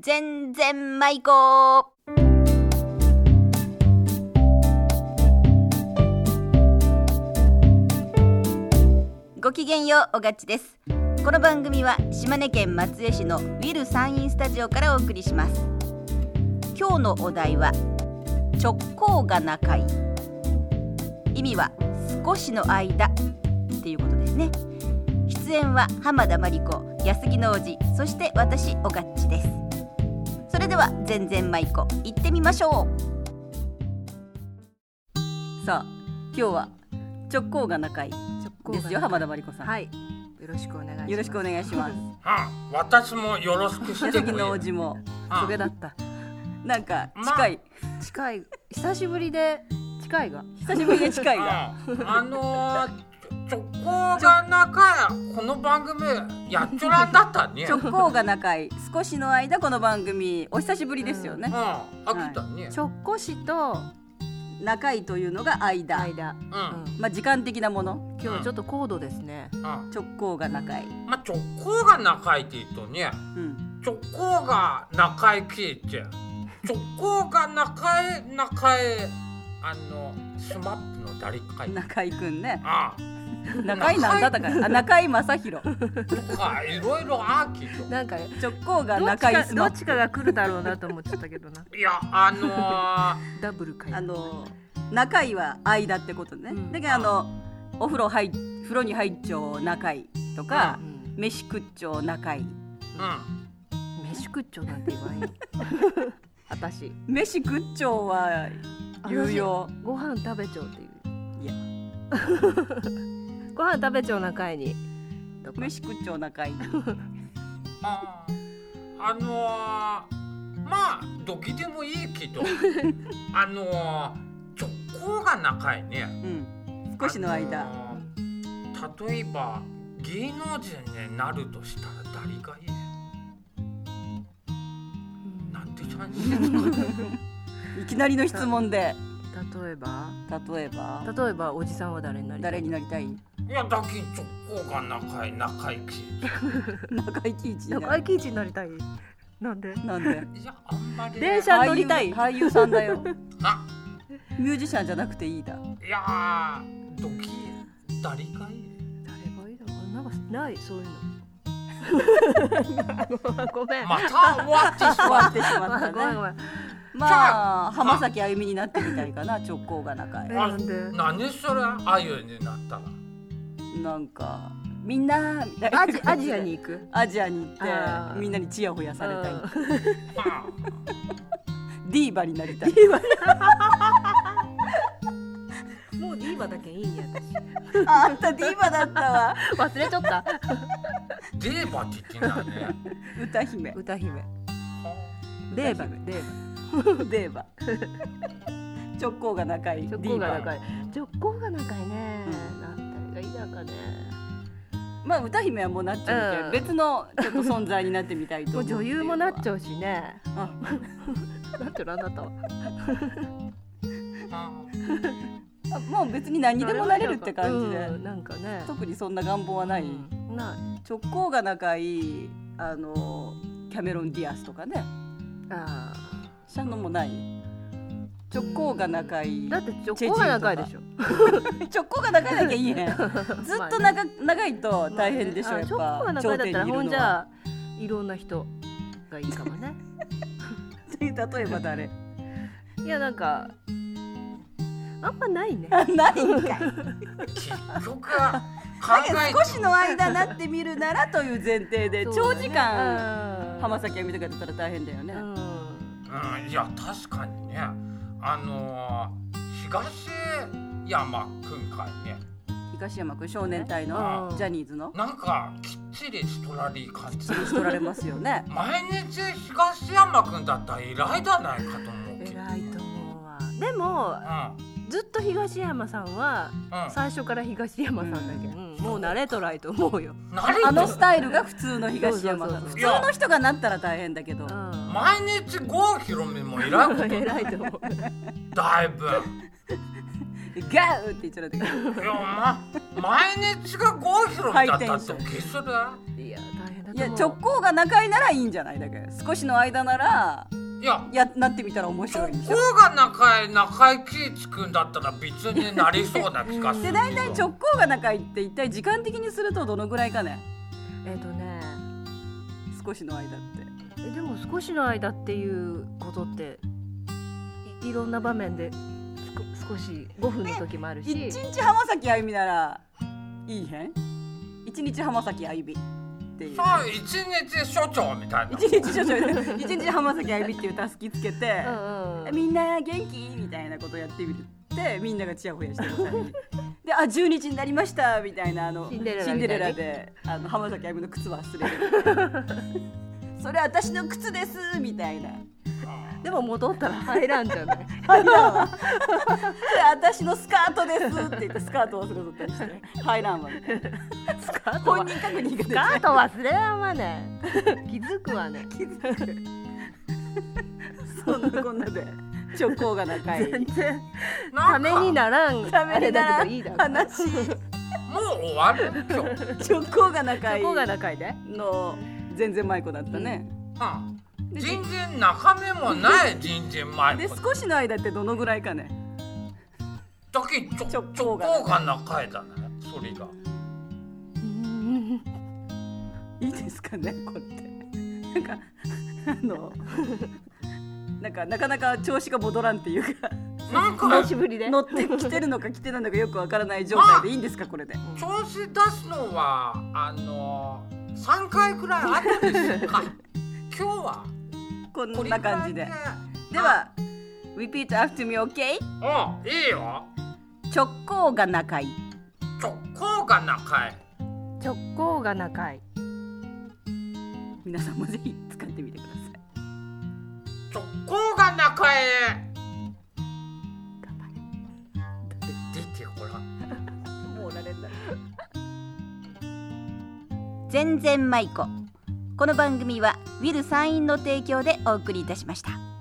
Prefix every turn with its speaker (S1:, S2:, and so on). S1: 全然舞子ごきげんようおがっちですこの番組は島根県松江市のウィル山陰スタジオからお送りします今日のお題は直行がな会意味は少しの間っていうことですね出演は浜田真理子安木の王子そして私おがっちですそれでは全然舞子行ってみましょうさあ今日は直行がな会
S2: 直行
S1: ですよ浜田真理子さん、
S2: はい。よろしくお願いします。
S1: よろしくお願いし ます。
S3: あ、私もよろしくし
S1: 矢
S3: て
S1: 崎
S3: く
S1: の
S3: れ
S1: 王
S3: る。
S1: 子も
S3: あ
S1: それだったなんか近い、
S2: 近い久しぶりで近いが
S1: 久しぶりで近いが
S3: あ、あのー、ちょ直行がなからこの番組やっちょらんだったね。う
S1: 直
S3: ん、
S1: 行が仲いい少しの間この番組お久しぶりですよね、
S3: 飽きたね。
S2: 直行市と
S1: 仲いいというのが間
S2: 間。
S3: うん、
S2: う
S3: うん
S2: ん。
S1: まあ時間的なもの
S2: 今日ちょっと高度ですね。
S1: 直行が仲いい、
S3: まあ直行が仲いいって言うとね、
S1: うん、
S3: 直行が仲いきって、直行が仲い仲いあのスマップの誰かい。
S1: 仲井くんね
S3: あ、
S1: 仲井なんだだからあ仲井正弘
S3: とかいろいろあーきと。
S2: なんか
S1: 直行が
S2: どっち
S1: 仲井
S2: か
S1: ス
S2: ど
S1: マ
S2: っ
S1: ッ
S2: ち
S1: プ
S2: かが来るだろうなと思ってたけ どな。
S3: いや、あのー。
S2: ダブルかよ。
S1: あの仲井は間ってことね、
S2: うん
S1: だからあのお風呂入っ風呂に入っちゃう仲井と
S2: う
S1: か、
S2: ん
S1: 飯食っちゃう仲井
S3: う
S2: 飯食っちょなんて言 わんよ。私
S1: 飯食っちゃうは有用
S2: ご飯食べちょうっていう。
S1: いや。
S2: ご飯食べちょうな会に。とか
S1: 飯食っちゃう仲いい
S3: ああのー、まあどきでもいいけ どあのー、直行が仲いいね
S1: うん、少しの
S3: あ
S1: 間
S3: のー例えば芸能人になるとしたら誰がいいなんて感じです か
S1: いきなりの質問で
S2: 例えば
S1: 例えば
S2: 例えばおじさんは誰になりたい
S1: 誰になりたい
S3: いやだけ直行が仲いい仲いい
S1: 中井貴一に
S2: 中
S1: な
S2: 井
S1: る
S2: 貴一になりたいなんで
S1: なんで
S3: けいやあんまり、
S2: 電車乗りたい
S1: 俳優俳優さんだよ
S3: あ
S1: ミュージシャンじゃなくていいだ
S3: いやーどき誰がいい
S2: 誰がいいのかななんかないそういうのあのごめん、
S3: また終わってし
S1: 終
S3: ま
S1: わ
S3: う
S1: ってしまっ
S2: ごめんご
S1: たね
S2: めん
S1: まあ浜崎あゆみになってみたいかな直行が仲井
S2: えなん で
S3: 何それあゆになったら
S1: なんかみんなみたいな
S2: アジアジアに行く
S1: アジアに行っ
S2: あ
S1: て
S2: ー
S1: みんなにチヤホヤされたい
S3: まあ
S1: ディーバになり たい
S2: ィーバもうディーバだけいいね
S1: ああんたディーバだったわ
S2: 私忘れちゃった
S3: デーバ的なね。
S1: 歌姫
S2: 歌姫
S1: デ
S2: デ
S1: ー
S2: ー
S1: バ
S2: バデー
S1: デーバ直行が仲いい
S2: バ
S1: デ
S2: 直行
S1: ィー
S2: が
S1: バ
S2: 仲いい直行が仲いいね、なん誰がいいだかね
S1: まあ歌姫はもうなっちゃうけど、
S2: うん
S1: 別のちょっと存在になってみたいと
S2: も
S1: 思
S2: う
S1: う
S2: 女優もなっち
S1: ゃう
S2: ゃうしね
S1: のは
S2: なんていうのあな たは
S1: あもう別に何にでもなれるって感じで、
S2: うんなんかね
S1: 特にそんな願望はない、
S2: うんない
S1: 直行が仲いいあのキャメロン・ディアスとかね
S2: あ
S1: シャノンもない直行が仲い
S2: ー
S1: い
S2: だってチョコが長いでしょ
S1: 直行が仲いいだけいい ねずっと
S2: まあね
S1: 長長いと大変でしょ、
S2: まあね
S1: やっ
S2: チョコ
S1: ぱ
S2: が長いだったらほんじ
S1: は
S2: ゃあいろんな人がいいかもね
S1: 例えば誰
S2: いやなんかあんまない ね
S1: あ ないん かい
S3: 結局考
S1: だけど
S3: え
S1: 少しの間なってみるならという前提で、長時間、浜
S2: 崎
S1: 崎あゆみとかだったら大変だよね、
S3: うん、いや確かにね。あのー、東山くんかいね。
S1: 東山君少年隊の
S3: あ
S1: ジャニーズ の
S3: なんかきっちりしとられい感じ。
S1: 取られますよね
S3: 毎日東山くんだったら偉いじゃないかと思うけど。
S2: 偉いと思うわでもずっと東山さんは
S3: う
S2: 最初から東山さんだけど、うんもう慣れとらいと思うよ、
S3: ん、うん。慣れてる
S1: あのスタイルが普通の東山さん
S2: そ
S1: 普
S2: うそう
S3: そう
S1: 通
S3: そう
S1: の人がなったら大変だけど
S2: うんま
S3: 毎日郷ひろみも偉いこと だ
S2: 偉いと思う
S3: だいぶ。
S1: 「ガウ!」って言っちゃう
S3: いやま毎日が郷ひろみだったっておけする。
S2: いや大変だだ
S1: いや
S2: ともう
S1: 直行が長いならいいんじゃないだけど少しの間なら
S3: いや
S1: やなってみたら面白いんでしょ
S3: 直行が中井中井貴一君だったら別になりそうな気がする
S1: で
S3: けど
S1: 大体直行が長いって一体時間的にするとどのぐらいかね
S2: えっ、とね
S1: 少しの間って
S2: えでも少しの間っていうことっていいろんな場面で少少し5分の時もある
S1: 一
S2: し
S1: 日浜崎あゆみならいいへん一日浜崎あゆみっていう
S3: そう一日所長みたいな
S1: 一日ちょちょ一日浜崎あゆみっていうタスキつけて
S2: うんうん
S1: みんな元気みたいなことやってみるってみんながちやほやしてる感じであ10日になりましたみたいなあの
S2: シンデレラみ
S1: シ
S2: た
S1: ン
S2: いに
S1: デレラであの浜崎あゆみの靴忘れる それ私の靴ですみたいな
S3: うん
S2: でも戻ったら入らんじゃない
S1: 入らんわそれ私のスカートですって言ってスカート忘れとったりして入らんわみたいな
S2: スカート
S1: 本
S2: は
S1: 人確認が出
S2: ス
S1: ち
S2: カ
S1: ゃ
S2: ート忘れらんわね 気づくわね
S1: うそんなこんなで直行が仲いい
S2: 全然
S3: な
S2: た
S3: ん
S2: め
S3: か
S2: にならん
S1: ダメ
S2: あれ
S1: な
S2: だけどいいだろ
S1: 話
S3: もう終わる今日、うん
S1: 直行が仲い
S2: そ
S1: い
S2: こが仲いいで
S1: の全然舞子だったね、で
S3: 全然中身もない全然前
S1: で
S3: だけ
S1: 少しの間ってどのぐらいかね
S3: ちょ
S1: 直行
S3: 直行
S1: が
S3: が中井だねそれが
S2: うん
S1: いいですかねこれってなんかあのなんかなかなか調子が戻らんっていうか
S3: なんか
S2: 久しぶりで
S1: 乗ってきてるのか来てないのかよくわからない状態でいいんですかこれで
S3: 調子出すのはあの3回くらい後です か今日は
S1: こん
S3: これ
S1: な感じで
S3: くらい
S1: では Repeat after me OK
S3: あうんいいよ
S1: 直行が仲いい
S3: 直行が中井
S2: 直行が仲いい
S1: 皆さんもぜひ使ってみてください
S3: 直行が中井出てこらん
S1: もうられない全然舞子この番組はウィル・サインの提供でお送りいたしました